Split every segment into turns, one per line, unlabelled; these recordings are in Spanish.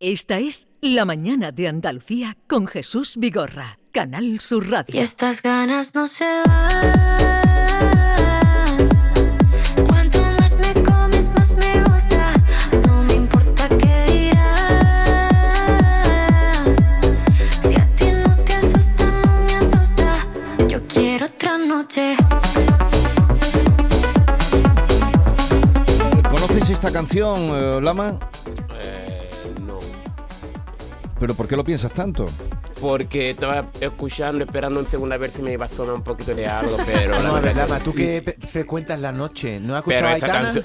Esta es La Mañana de Andalucía con Jesús Vigorra, Canal Sur Radio.
Y estas ganas no se van. Cuanto más me comes, más me gusta. No me importa qué dirán. Si a ti no te asusta, no me asusta. Yo quiero otra noche.
¿Conoces esta canción, eh, Lama?
Eh, no.
¿Pero por qué lo piensas tanto?
Porque estaba escuchando, esperando un segundo a ver si me iba a sonar un poquito de algo, pero la
No, a ver,
verdad
Lama,
no.
tú que pe- frecuentas la noche, ¿no has escuchado
Pero
a
esta
Aitana?
canción,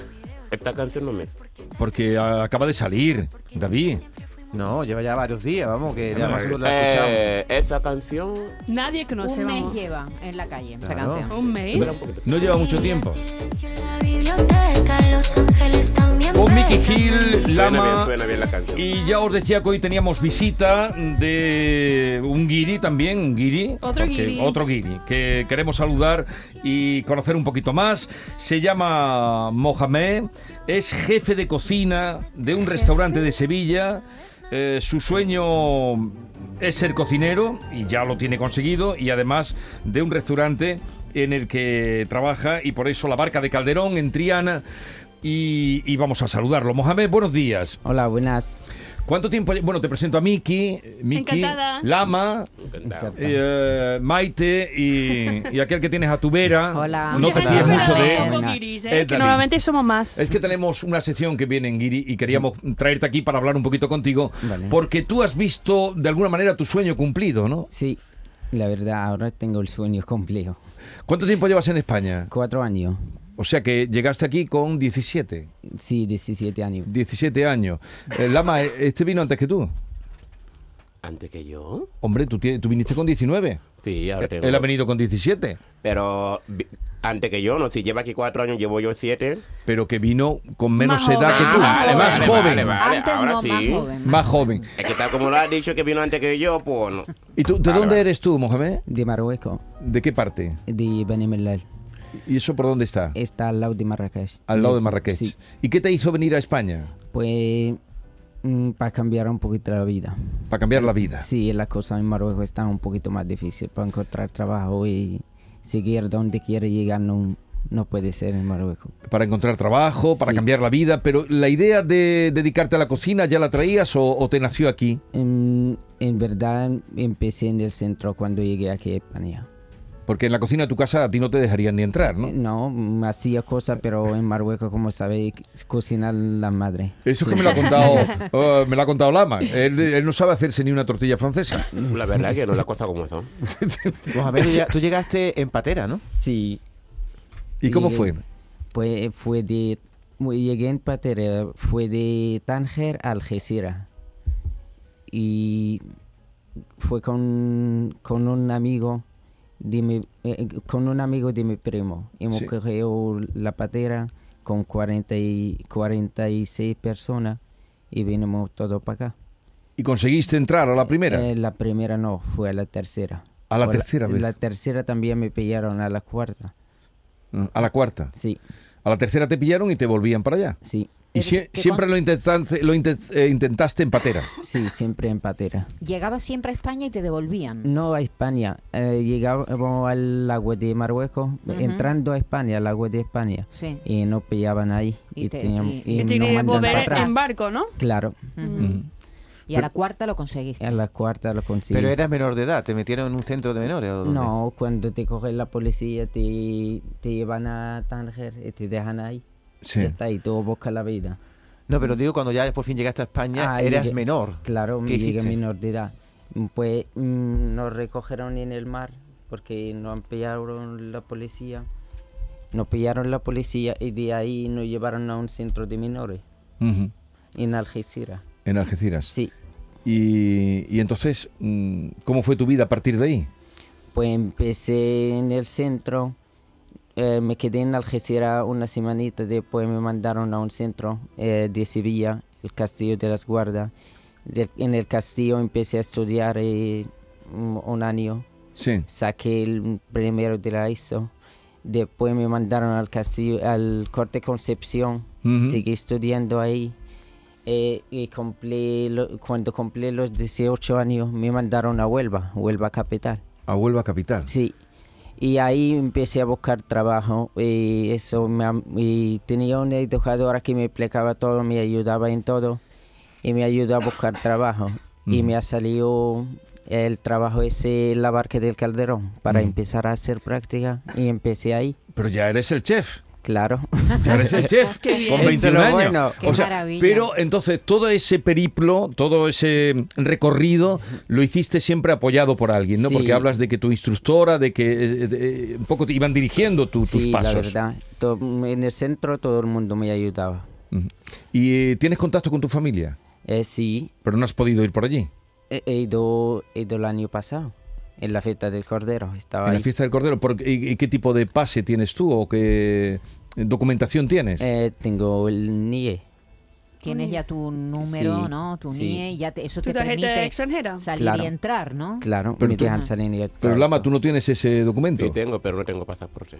esta canción no me.
Porque ah, acaba de salir, David.
No, lleva ya varios días, vamos, que ya
Eh,
más seguro la has escuchado.
Eh, esa canción.
Nadie conoce.
un mes
vamos.
lleva en la calle esta
Claro.
canción.
Un mes.
espera un poquito.
No lleva mucho tiempo.
Silencio en la biblioteca, Los ángeles también.
Con Mickey
bretan.
Hill,
Suena bien,
Lama.
suena bien la canción.
Y ya os decía que hoy teníamos visita de un guiri también, un guiri.
Otro
porque-
guiri.
Otro guiri, que queremos saludar y conocer un poquito más. Se llama Mohamed, es jefe de cocina de un restaurante de Sevilla. Eh, su sueño es ser cocinero y ya lo tiene conseguido y además de un restaurante en el que trabaja y por eso la barca de Calderón en Triana. Y, y vamos a saludarlo. Mohamed, buenos días.
Hola, buenas.
¿Cuánto tiempo? lle- Bueno, te presento a Miki, eh, Miki,
Encantada.
Lama,
Encantado.
eh, Maite y, y aquel que tienes a tu vera.
Hola.
No
Muchas
te
gracias
fíes
por
mucho de
haber
él.
con Iris, ¿eh?
Eh,
que
David.
normalmente somos más.
Es que tenemos una sección que viene en Guiri y queríamos traerte aquí para hablar un poquito contigo,
Vale.
porque tú has visto de alguna manera tu sueño cumplido, ¿no?
Sí, la verdad, ahora tengo el sueño complejo.
¿Cuánto tiempo llevas en España?
Cuatro años.
O sea que llegaste aquí con 17,
Sí, 17 años.
17 años. Eh, Lama, eh, este vino antes que tú.
Antes que yo.
Hombre, tú, tienes- tú viniste con 19.
Sí, ahora tengo.
Él ha venido con 17.
Pero vi- antes que yo, no. Si lleva aquí cuatro años, llevo yo siete.
pero que vino con menos
Más
edad que
joven.
tú,
Ah, vale,
más
vale,
joven,
vale, vale.
Antes
ahora
no,
sí.
más joven.
más joven.
Es que tal como lo has dicho que vino antes que yo, pues no.
¿Y tú, de
Vale,
dónde
vale.
eres tú, Mohamed?
De Marruecos,
¿De qué parte?
de Benemelal.
¿Y eso por dónde está?
Está al lado de Marrakech.
Al lado de
Eh, Sí,
Marrakech.
Sí,
¿Y qué te hizo venir a España?
pues para cambiar un poquito la vida.
Para cambiar la vida.
Sí, las cosas en Marruecos están un poquito más difíciles para encontrar trabajo y seguir donde quiere llegar no, no puede ser en Marruecos.
Para encontrar trabajo, para
Sí.
cambiar la vida. Pero la idea de dedicarte a la cocina, ¿ya la traías o, o te nació aquí?
En, Em, en verdad empecé en el centro cuando llegué aquí a España.
Porque en la cocina de tu casa a ti no te dejarían ni entrar, ¿no?
Eh, No, me hacía cosas, pero en Marruecos, como sabéis, cocinar la madre.
Eso es que me lo ha contado, eh, me lo ha contado Lama. Él, él no sabe hacerse ni una tortilla francesa.
La verdad es que no las cosas como son.
Vamos a ver, tú ya- tú llegaste en patera, ¿no?
Sí.
¿Y cómo
Llegué-
fue?
Pues fue de... muy- Llegué en Patera, fue de Tánger a Algeciras. Y fue con, con un amigo de mi, eh, con un amigo de mi primo. Hemos
Sí.
cogido la patera con 40 y, 46 personas y vinimos todos para acá.
¿Y conseguiste entrar a la primera?
Eh, la primera no, fue la tercera.
A la
O
tercera vez.
La tercera también me pillaron a la cuarta.
A la cuarta.
Sí,
A la tercera te pillaron y te volvían para allá.
sí,
Y
Pero
sie-
es que
siempre
con-
lo, intentaste, lo intent- eh, intentaste en patera.
sí, siempre en patera.
Llegaba siempre a España y te devolvían.
No a España, eh, llegábamos al agua de Marruecos,
Ujú.
entrando a España, al agua de España,
Sí.
y nos pillaban ahí
Y
y,
te-
teníamos,
y-
y
que
nos
tiene que
mandan
volver
para
atrás.
en barco, ¿no?
Claro,
Ujú. Y a la cuarta lo conseguiste.
en la cuarta lo conseguí.
Pero eras menor de edad, te metieron en un centro de menores. ¿o dónde?
No, cuando te coge la policía, te, te llevan a Tánger y te dejan ahí.
Sí.
Y está ahí, tú buscas la vida.
No, pero digo, cuando ya por fin llegaste a España,
Ah,
eras
llegué-
menor.
Claro,
¿Qué
me llegué
hiciste?
menor de edad. Pues mm, nos recogieron en el mar porque nos pillaron la policía. Nos pillaron la policía y de ahí nos llevaron a un centro de menores
Ujú.
en Algeciras.
En Algeciras.
Sí,
Y, y entonces, mm, ¿cómo fue tu vida a partir de ahí?
pues empecé en el centro. eh, me quedé en Algeciras una semanita, después me mandaron a un centro eh, de Sevilla, el Castillo de las Guardas. Del- en el castillo empecé a estudiar eh, un un año.
Sí.
saqué el primero de la ISO. Después me mandaron al, castillo, al Corte Concepción.
Ujú.
Seguí estudiando ahí. Eh, y cumplí lo- cuando cumplí los 18 años me mandaron a Huelva, Huelva capital.
A Huelva Capital.
Sí. Y ahí empecé a buscar trabajo y eso me, am- y tenía una educadora que me explicaba todo, me ayudaba en todo y me ayudó a buscar trabajo. Y me ha salido el trabajo ese en la barca del Calderón para empezar a hacer práctica y empecé ahí,
Pero ya eres el chef.
claro.
Ya eres el chef con
Eso
21
lo
años.
bueno.
O
Qué
sea,
maravilla.
pero entonces todo ese periplo, todo ese recorrido, lo hiciste siempre apoyado por alguien, ¿no?
Sí.
Porque hablas de que tu instructora, de que eh, eh, un poco te iban dirigiendo tu- tus
sí, la
pasos.
verdad. To- en el centro todo el mundo me ayudaba.
Ujú. ¿Y eh, tienes contacto con tu familia?
Eh, sí,
Pero no has podido ir por allí.
he, he ido, he ido el año pasado en la fiesta del Cordero. Estaba
En la
ahí.
fiesta del Cordero. ¿Por qué- ¿Y y qué tipo de pase tienes tú o qué eh, documentación tienes?
Eh, tengo el E. NIE.
Tienes ya tu número,
Sí,
¿no? Tu
sí.
NIE, y ya te- eso
¿Tu
te
tarjeta
permite
extranjera?
salir
Claro.
y entrar, ¿no?
Claro,
Pero
me
tú-
dejan salir y
pero
todo.
Lama, tú no tienes ese documento.
Sí, tengo, pero no tengo pasaporte.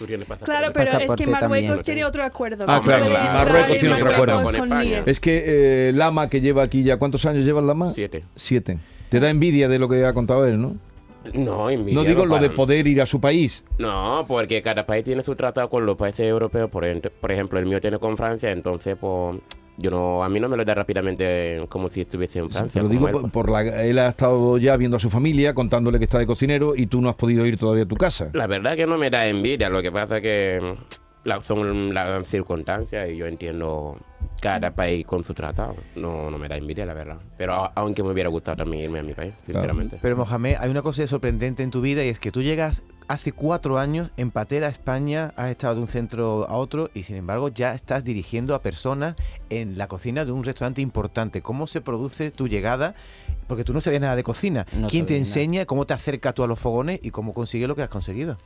Tú tienes pasaporte.
Claro, pero es
pasaporte
que Marruecos
también.
tiene otro acuerdo.
Ah,
No
claro,
puede
claro.
entrar
Marruecos
en
tiene otro
Marruecos
acuerdo.
con
Con España.
IE.
Es que eh, Lama, que lleva aquí ya, ¿cuántos años lleva el Lama?
Siete.
Siete. Te da envidia de lo que ha contado él, ¿no?
No, envidia
no digo lo de
paran.
poder ir a su país.
No, porque cada país tiene su tratado con los países europeos. Por, ent- por ejemplo, el mío tiene con Francia, entonces, pues, yo no, a mí no me lo da rápidamente como si estuviese en
Te
Francia.
lo
como
digo
él,
por,
pues.
por la- él ha estado ya viendo a su familia, contándole que está de cocinero y tú no has podido ir todavía a tu casa.
La verdad que no me da envidia, lo que pasa que la- son las circunstancias y yo entiendo cada país con su tratado. No, no me da envidia, la verdad. Pero a- aunque me hubiera gustado también irme a mi país, sinceramente.
Pero Mohamed, hay una cosa sorprendente en tu vida y es que tú llegas hace cuatro años en patera a España, has estado de un centro a otro y sin embargo ya estás dirigiendo a personas en la cocina de un restaurante importante. ¿Cómo se produce tu llegada? Porque tú no sabías nada de cocina.
No
¿Quién te
sabía nada.
enseña? ¿Cómo te acerca tú a los fogones y cómo consigues lo que has conseguido?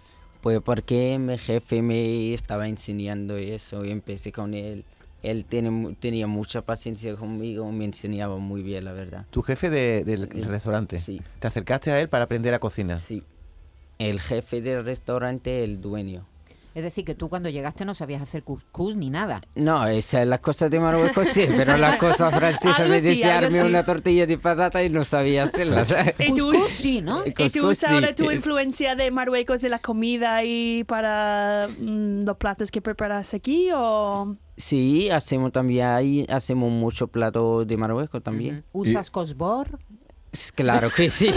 Pues porque mi jefe me estaba enseñando eso y empecé con él. Él tiene mu- tenía mucha paciencia conmigo, me enseñaba muy bien, la verdad.
Tu jefe de- del
Sí.
restaurante.
Sí.
Te acercaste a él para aprender a cocinar.
Sí. El jefe del restaurante, el dueño.
Es decir, que tú cuando llegaste no sabías hacer couscous ni nada.
No, esa, las cosas de Marruecos sí, pero las cosas francesas
Algo
me
sí,
decía
algo
"Hazme
sí".
una tortilla de patata y no sabía hacerla. ¿sabes?
Y Eh, tú-
Couscous sí, ¿no?
¿Y tú
Couscous,
usas
sí.
ahora tu influencia de Marruecos de la comida y para mm, los platos que preparas aquí o...?
Sí, hacemos también ahí, hacemos mucho plato de Marruecos también.
Ujú. ¿Usas cosbor?
S- Claro que sí.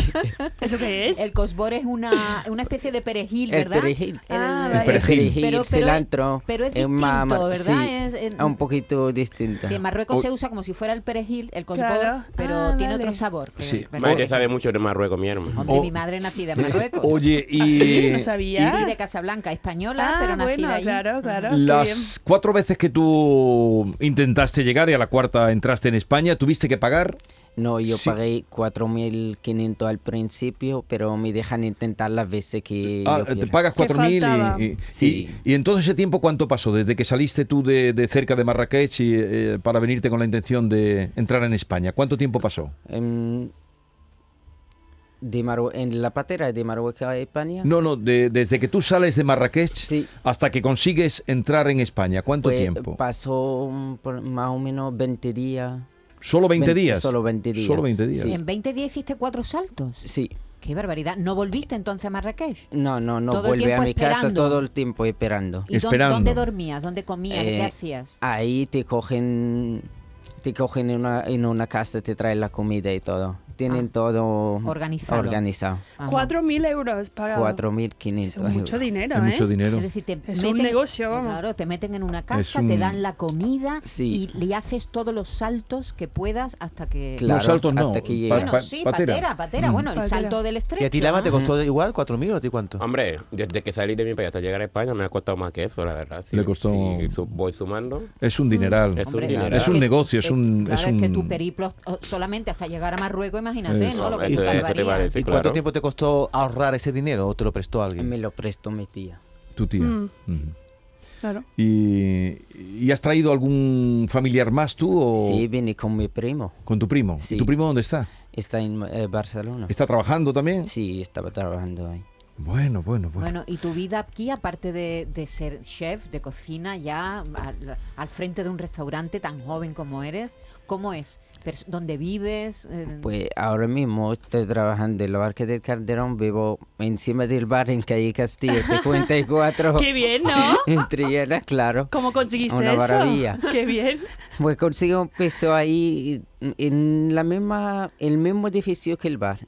¿Eso qué es?
El cosbor es una, una especie de perejil,
El
¿verdad?
perejil.
Ah,
El
vale.
perejil.
cilantro.
Pero es
eh,
distinto,
ma- ma-
¿verdad?
sí,
Es- es-
un poquito distinto.
Sí, en Marruecos se usa como si fuera el perejil, el cosbor,
Claro.
pero
Ah,
tiene
vale.
otro sabor. que-
Sí.
¿verdad?
Madre sabe mucho de Marruecos, mi hermano.
Hombre,
O-
mi madre nacida en Marruecos.
Oye, y...
Ah, Sí, no sabía.
Sí, de Casablanca, española,
Ah,
pero nacida
bueno,
ahí.
claro,
Ah,
claro. qué
Las cuatro veces que tú intentaste llegar y a la cuarta entraste en España, ¿tuviste que pagar?
No, yo
Sí.
pagué 4.500 al principio, pero me dejan intentar las veces que
Ah,
yo
te
quiera.
pagas
Que
4.000
faltaba.
y, y,
Sí.
y, y en todo ese tiempo, ¿cuánto pasó? Desde que saliste tú de, de cerca de Marrakech y, eh, para venirte con la intención de entrar en España, ¿cuánto tiempo pasó?
Em, de Marrue- en la patera de Marruecos a España.
No, no, de- desde que tú sales de Marrakech
Sí.
hasta que consigues entrar en España, ¿cuánto
Pues,
tiempo?
Pasó mm, por más o menos 20 días.
¿Solo 20,
20
días?
solo 20 días.
Solo 20 días.
Sí.
En 20 días hiciste cuatro saltos.
Sí.
Qué barbaridad. ¿No volviste entonces a Marrakech?
No, no, no
Todo el
vuelve a
tiempo
mi casa
esperando.
todo el tiempo esperando.
¿Y dó-
Esperando.
dónde dormías? ¿Dónde comías?
Eh,
¿Qué hacías?
Ahí te cogen, te cogen en una, en una casa, te traen la comida y todo. Tienen
Ah.
todo
Organizado.
organizado.
Ajá.
Cuatro mil euros pagados.
4.500
Es mucho
euros.
dinero,
Es
¿eh?
mucho dinero.
Es decir, te
Es
meten, eh,
un negocio, vamos.
Claro, te meten en una casa,
un-
te dan la comida
Sí.
y le haces todos los saltos que puedas hasta que.
Claro,
no, saltos no.
hasta que
Pa-
llega.
Bueno,
pa-
sí,
patera. Mm.
patera, patera. Bueno, el
Patera.
salto del estrecho.
¿Y a ti, Lama, te
¿no?
costó igual 4.000 o a ti
Oh.
cuánto?
Hombre, desde que salí de mi país hasta llegar a España me ha costado más que eso, la verdad. Si-
Le costó-
si su- voy sumando.
Es un
Mm.
dineral.
Es un
Hombre,
dineral.
claro,
Es un
que-
negocio, es
que-
un-
claro,
es
es que
un-
tu periplo oh, solamente hasta llegar a Marruecos, imagínate,
Eso,
¿no? Lo que
eso-
te
eso te
tardaría.
vale.
¿Y
Sí,
cuánto
claro.
tiempo te costó ahorrar ese dinero o te lo prestó alguien?
Me lo prestó mi tía.
Tu tía.
Mm.
Ujú.
Claro.
¿Y, y has traído algún familiar más tú o
Sí, vine con mi primo.
con tu primo?
Sí.
¿Y tu primo dónde está?
Está en eh, Barcelona.
¿Está trabajando también?
Sí, estaba trabajando ahí.
Bueno, bueno, bueno.
Bueno, y tu vida aquí, aparte de, de ser chef de cocina, ya al, al frente de un restaurante tan joven como eres, ¿cómo es? Pers- ¿Dónde vives? Eh,
Pues ahora mismo estoy trabajando en la barca del Calderón, vivo encima del bar en calle Castillo 54.
Qué bien, ¿no?
En Triana, claro.
¿Cómo conseguiste
Una
eso?
maravilla.
Qué bien.
Pues consigo un piso ahí en la misma, el mismo edificio que el bar.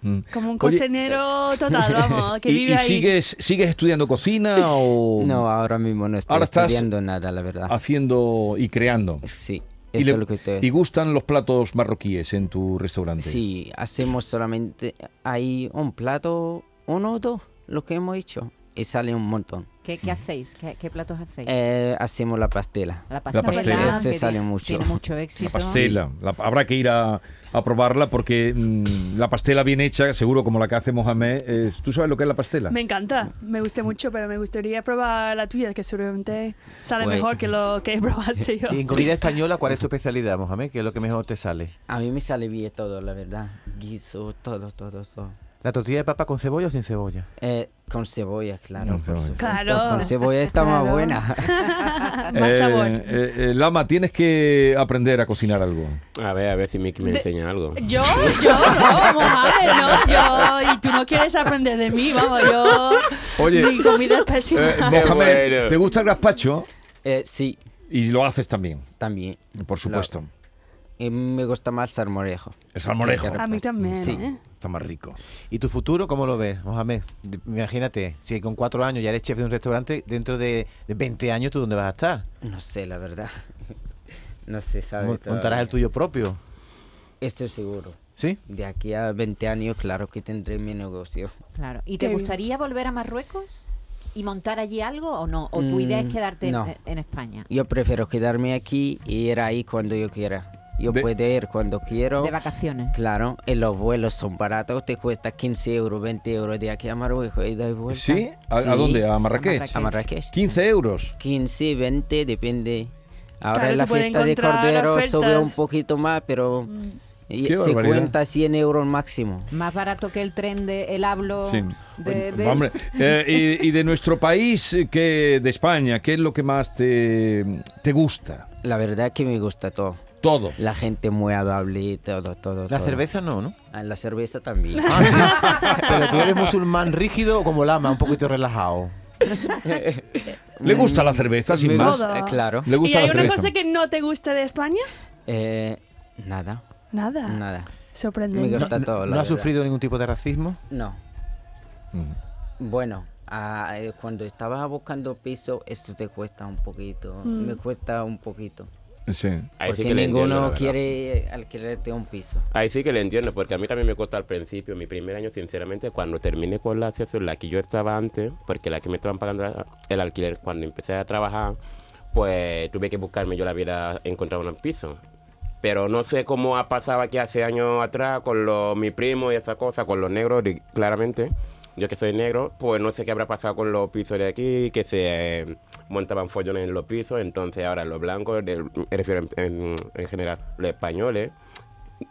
Mm.
Como un
Oye,
cocinero total, vamos, que
¿Y,
vive
y
ahí.
sigues, sigues estudiando cocina o
No, ahora mismo no estoy
Oh. Ahora estás
estudiando nada, la verdad.
haciendo y creando?
Sí,
y,
eso
le-
es lo que estoy
y gustan los platos marroquíes en tu restaurante?
Sí, hacemos solamente, hay un plato, uno o dos, lo que hemos hecho, y sale un montón.
¿qué, qué hacéis? ¿Qué, qué platos hacéis?
Eh, hacemos la pastela.
la pastela,
pastela.
Ese
que
sale
tiene-
mucho.
Tiene mucho éxito.
La pastela. La- habrá que ir a, a probarla porque mm, la pastela bien hecha, seguro como la que hace Mohamed, es- ¿tú sabes lo que es la pastela?
Me encanta, me gusta mucho, pero me gustaría probar la tuya, que seguramente sale
Bueno.
mejor que lo que probaste yo.
Y en comida española, ¿cuál es tu especialidad, Mohamed? ¿Qué es lo que mejor te sale?
A mí me sale bien todo, la verdad. Guiso, todo, todo, todo.
¿La tortilla de papa con cebolla o sin cebolla?
Eh, con cebolla, claro.
Con
por
cebolla.
supuesto.
Claro.
Con cebolla está
Claro.
más buena.
Más
Eh,
sabor.
eh, eh, Lama, tienes que aprender a cocinar algo.
A ver, a ver si Mickey me
De-
enseña algo.
Yo, yo, no, Mohamed, no, yo, y tú no quieres aprender de mí, vamos, yo,
Oye,
mi comida es pésima.
Eh, Mohamed,
bueno.
¿te gusta el gazpacho?
Eh, sí,
Y lo haces también,
también.
por supuesto.
Eh, me gusta más salmorejo.
El salmorejo.
A mí también,
Sí.
¿eh?
Está más rico.
¿Y tu futuro cómo lo ves, Mohamed? D- Imagínate, si con cuatro años ya eres chef de un restaurante, dentro de de 20 años, ¿tú dónde vas a estar?
No sé, la verdad. No sé,
Mon-
¿sabes?
¿Montarás el tuyo propio?
Estoy seguro.
¿Sí?
De aquí a 20 años, claro que tendré mi negocio.
Claro. ¿Y te
Qué bien.
gustaría volver a Marruecos y montar allí algo o no? ¿O tu idea es
Mm,
quedarte en-
no.
en, España?
Yo prefiero quedarme aquí y ir ahí cuando yo quiera. Yo
De-
puedo ir cuando quiero.
De vacaciones.
Claro, y los vuelos son baratos, te cuesta 15 euros, 20 euros de aquí a Marruecos y doy vuelta.
¿Sí? ¿A, a
Sí,
dónde? ¿A
A
Marrakech?
Marrakech.
A Marrakech.
15 euros.
15, 20, depende. Ahora
Claro,
en la
te pueden
fiesta de
encontrar
Cordero sube un
ofertas.
poquito más, pero y
Mm. Qué
se
barbaridad.
cuenta 100 euros máximo.
Más barato que el tren de El Hablo.
Sí. Pues,
De, de-
Hombre, eh, y, y de nuestro país, eh, que, de España, ¿qué es lo que más te, te gusta?
La verdad que me gusta todo.
Todo.
La gente muy adorable, todo, todo.
La
todo.
cerveza no, ¿no?
Ah, La cerveza también.
Ah, sí. Pero tú eres musulmán rígido o como lama, un poquito relajado.
¿Le
Mm,
gusta la cerveza, sin
Me
más?
Todo.
gusta, eh, claro.
¿Le
¿Y
gusta
hay
la
una
cerveza?
cosa que no te gusta de España?
Eh, nada,
Nada.
nada. Me
Sorprendente.
gusta todo. la
¿No has
verdad.
sufrido ningún tipo de racismo?
No.
Mm.
Bueno, ah, eh, cuando estaba buscando piso, esto te cuesta un poquito.
Mm.
Me cuesta un poquito.
Sí.
Ahí sí
porque
que le entiendo, la
ninguno
verdad.
quiere alquilarte un piso.
Ahí sí que le entiendo, porque a mí también me costó al principio, mi primer año, sinceramente, cuando terminé con la asociación, la que yo estaba antes, porque la que me estaban pagando la- el alquiler cuando empecé a trabajar, pues tuve que buscarme yo la vida, encontrar un piso. Pero no sé cómo ha pasado aquí hace años atrás con los, mi primo y esa cosa, con los negros, di- claramente. Yo que soy negro, pues no sé qué habrá pasado con los pisos de aquí, que se eh, montaban follones en los pisos, entonces ahora los blancos, del- me refiero en, en- en general, los españoles,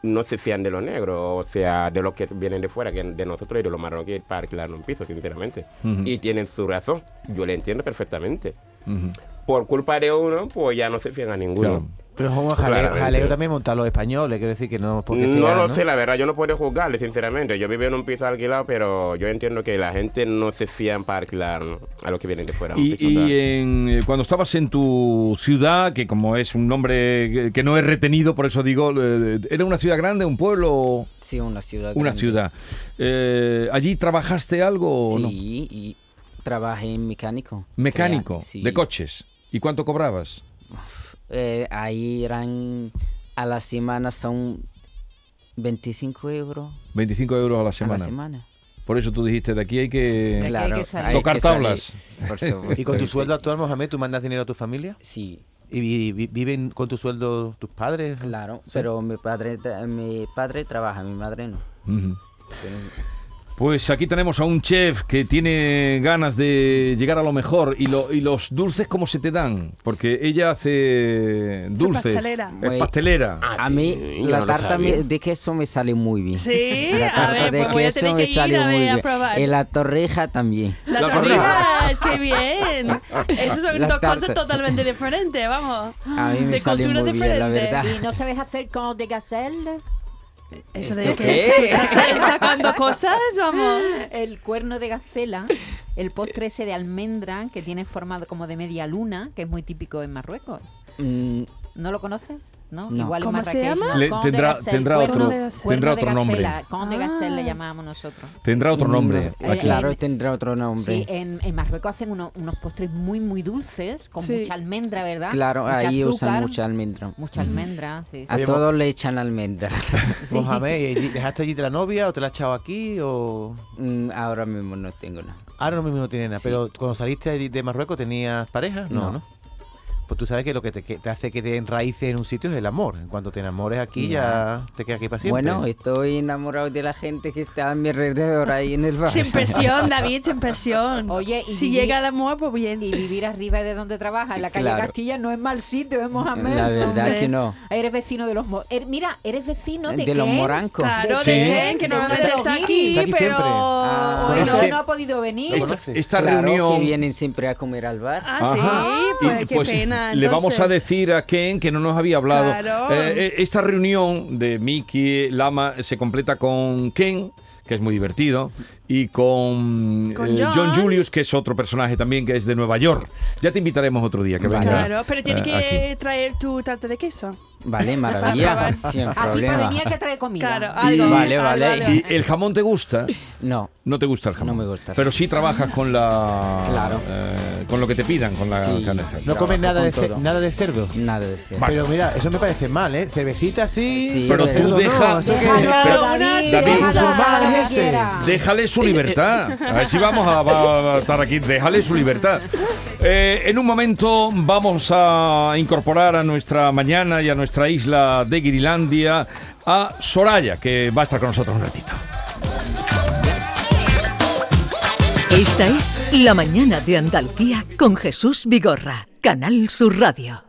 no se fían de los negros, o sea, de los que vienen de fuera, que de nosotros y de los marroquíes para alquilar un piso, sinceramente.
Ujú.
Y tienen su razón, yo le entiendo perfectamente.
Ujú.
Por culpa de uno, pues ya no se fían a ninguno.
Claro.
Pero es un jaleo,
Claramente.
jaleo también montar los españoles, quiero decir que no porque
no
sea,
lo sé, la verdad, yo no puedo juzgarle, sinceramente. Yo vivo en un piso alquilado, pero yo entiendo que la gente no se fían para alquilar a los que vienen de fuera. un
Y,
piso
y
tal.
en, eh, cuando estabas en tu ciudad, que como es un nombre que- que no he retenido, por eso digo, eh, ¿era una ciudad grande, un pueblo?
Sí, una ciudad.
Una
grande.
ciudad. Eh, ¿Allí trabajaste algo o
Sí,
no?
y trabajé en mecánico.
Mecánico,
Crea- sí.
de coches. ¿Y cuánto cobrabas?
Eh, ahí eran a la semana son 25 euros
25 euros a la semana.
a la semana.
Por eso tú dijiste, de aquí hay que...
Claro. hay que salir.
hay
Tocar
que salir,
tablas.
por supuesto,
¿Y con tu
sí.
sueldo actual, Mohamed, tú mandas dinero a tu familia?
Sí,
¿Y vi- vi- viven con tu sueldo tus padres?
claro, pero mi padre, tra- mi padre trabaja, mi madre no.
Ujú. Pues aquí tenemos a un chef que tiene ganas de llegar a lo mejor. ¿Y, lo- y los dulces cómo se te dan? Porque ella hace dulces.
pastelera.
Es pastelera.
Ah,
A
sí,
mí
yo
la
no lo
tarta me-
sabía.
de queso me sale muy bien.
Sí,
La
a
tarta
ver,
de
pues voy a
queso
tener que
me
ir
sale
a
muy
ver a
bien.
probar.
Y la torreja también.
Las
La
torrijas, qué bien. Esas son
Las
dos cosas
tartas.
totalmente diferentes, vamos.
A mí me
de
sale
cultura
muy bien,
diferente.
la verdad.
este. ¿Y no sabes hacer con de gazelle?
Eso
¿Esto
de
qué
que
es?
estás sacando cosas, vamos.
El cuerno de gacela, el postre ese de almendra que tiene forma como de media luna, que es muy típico en Marruecos.
Mm,
¿No lo conoces? ¿No?
No.
Igual en
¿Cómo se
Marrakech.
llama?
¿no?
Le-
Con
tendrá-
de gazelle,
tendrá
cuerno-
otro-
cuerno
tendrá
de
otro nombre.
gazela, con de gazelle le
Ah.
llamábamos nosotros.
Tendrá otro nombre.
no, eh,
aquí.
Claro, tendrá otro nombre.
Sí, eh, en, en Marruecos hacen uno- unos postres muy, muy dulces, con
Sí.
mucha almendra, ¿verdad?
claro,
Mucha
ahí usan
azúcar,
mucha almendra.
Mucha almendra, sí. sí.
A todos le echan almendra.
Sí.
Mohamed, ¿y allí- ¿dejaste allí de la novia o te la has echado aquí? o...?
Mm, Ahora mismo no tengo nada.
Ahora mismo no tiene nada, pero cuando saliste de- de Marruecos tenías pareja, no,
No.
¿no? Pues tú sabes que lo que te, que te hace que te enraíces en un sitio es el amor. En cuanto te enamores aquí ya te quedas aquí para siempre.
Bueno, estoy enamorado de la gente que está a mi alrededor ahí en el bar.
Sin presión, David, sin presión.
Oye, y
si
Vivi-
llega el amor, pues bien.
Y vivir arriba de donde trabaja, en la calle
Claro.
Castilla, no es mal sitio, ¿eh, Mohamed?
La verdad
hombre.
que no.
Eres vecino de los... mo- er- mira, eres vecino de,
de los
Ken.
morancos.
Claro,
Sí.
de Ken, que
De
normalmente
Pedro
está
Gil.
aquí,
Está aquí
pero.
siempre.
Ah,
bueno,
es
no,
que-
no ha podido venir.
Esto-
Esta,
conoces?
esta
Claro,
reunión...
que vienen siempre a comer al bar.
Ah, sí,
Ajá.
pues
Y,
qué
pues,
pena.
Le vamos a
entonces.
decir a Ken que no nos había hablado.
Claro.
Eh, eh, esta reunión de Mickey Lama se completa con Ken, que es muy divertido, y con,
Con
eh, John.
John.
Julius, que es otro personaje también que es de Nueva York. Ya te invitaremos otro día que venga.
Claro, pero tiene
Ah,
eh,
que
aquí.
traer tu tarta de queso.
Vale, maravilla. sin
Aquí para
problema.
venir que trae comida.
Claro,
Y-
algo.
Vale,
algo,
vale.
algo.
¿Y el jamón te gusta?
No,
No te gusta el jamón.
No me gusta.
Pero sí trabajas con la.
Claro.
eh, con lo que te pidan, con la
Sí.
canasta.
no comes
trabajo
nada
con
de, ce-
todo.
nada de cerdo.
nada de eso.
Vale.
Pero mira, eso me parece mal, ¿eh? Cervecita sí,
Sí,
Pero
cerdo
tú
cerdo no.
deja.
Eso que-
Déjalo,
pero-
David,
David,
déjalo,
lo normal
haga lo
es
que
ese.
quiera.
Déjale su libertad. A ver si vamos a, va a estar aquí. Déjale su libertad. Eh, en un momento vamos a incorporar a nuestra mañana y a nuestra isla de Guirilandia a Soraya, que va a estar con nosotros un ratito.
Esta es La Mañana de Andalucía con Jesús Vigorra, Canal Sur Radio.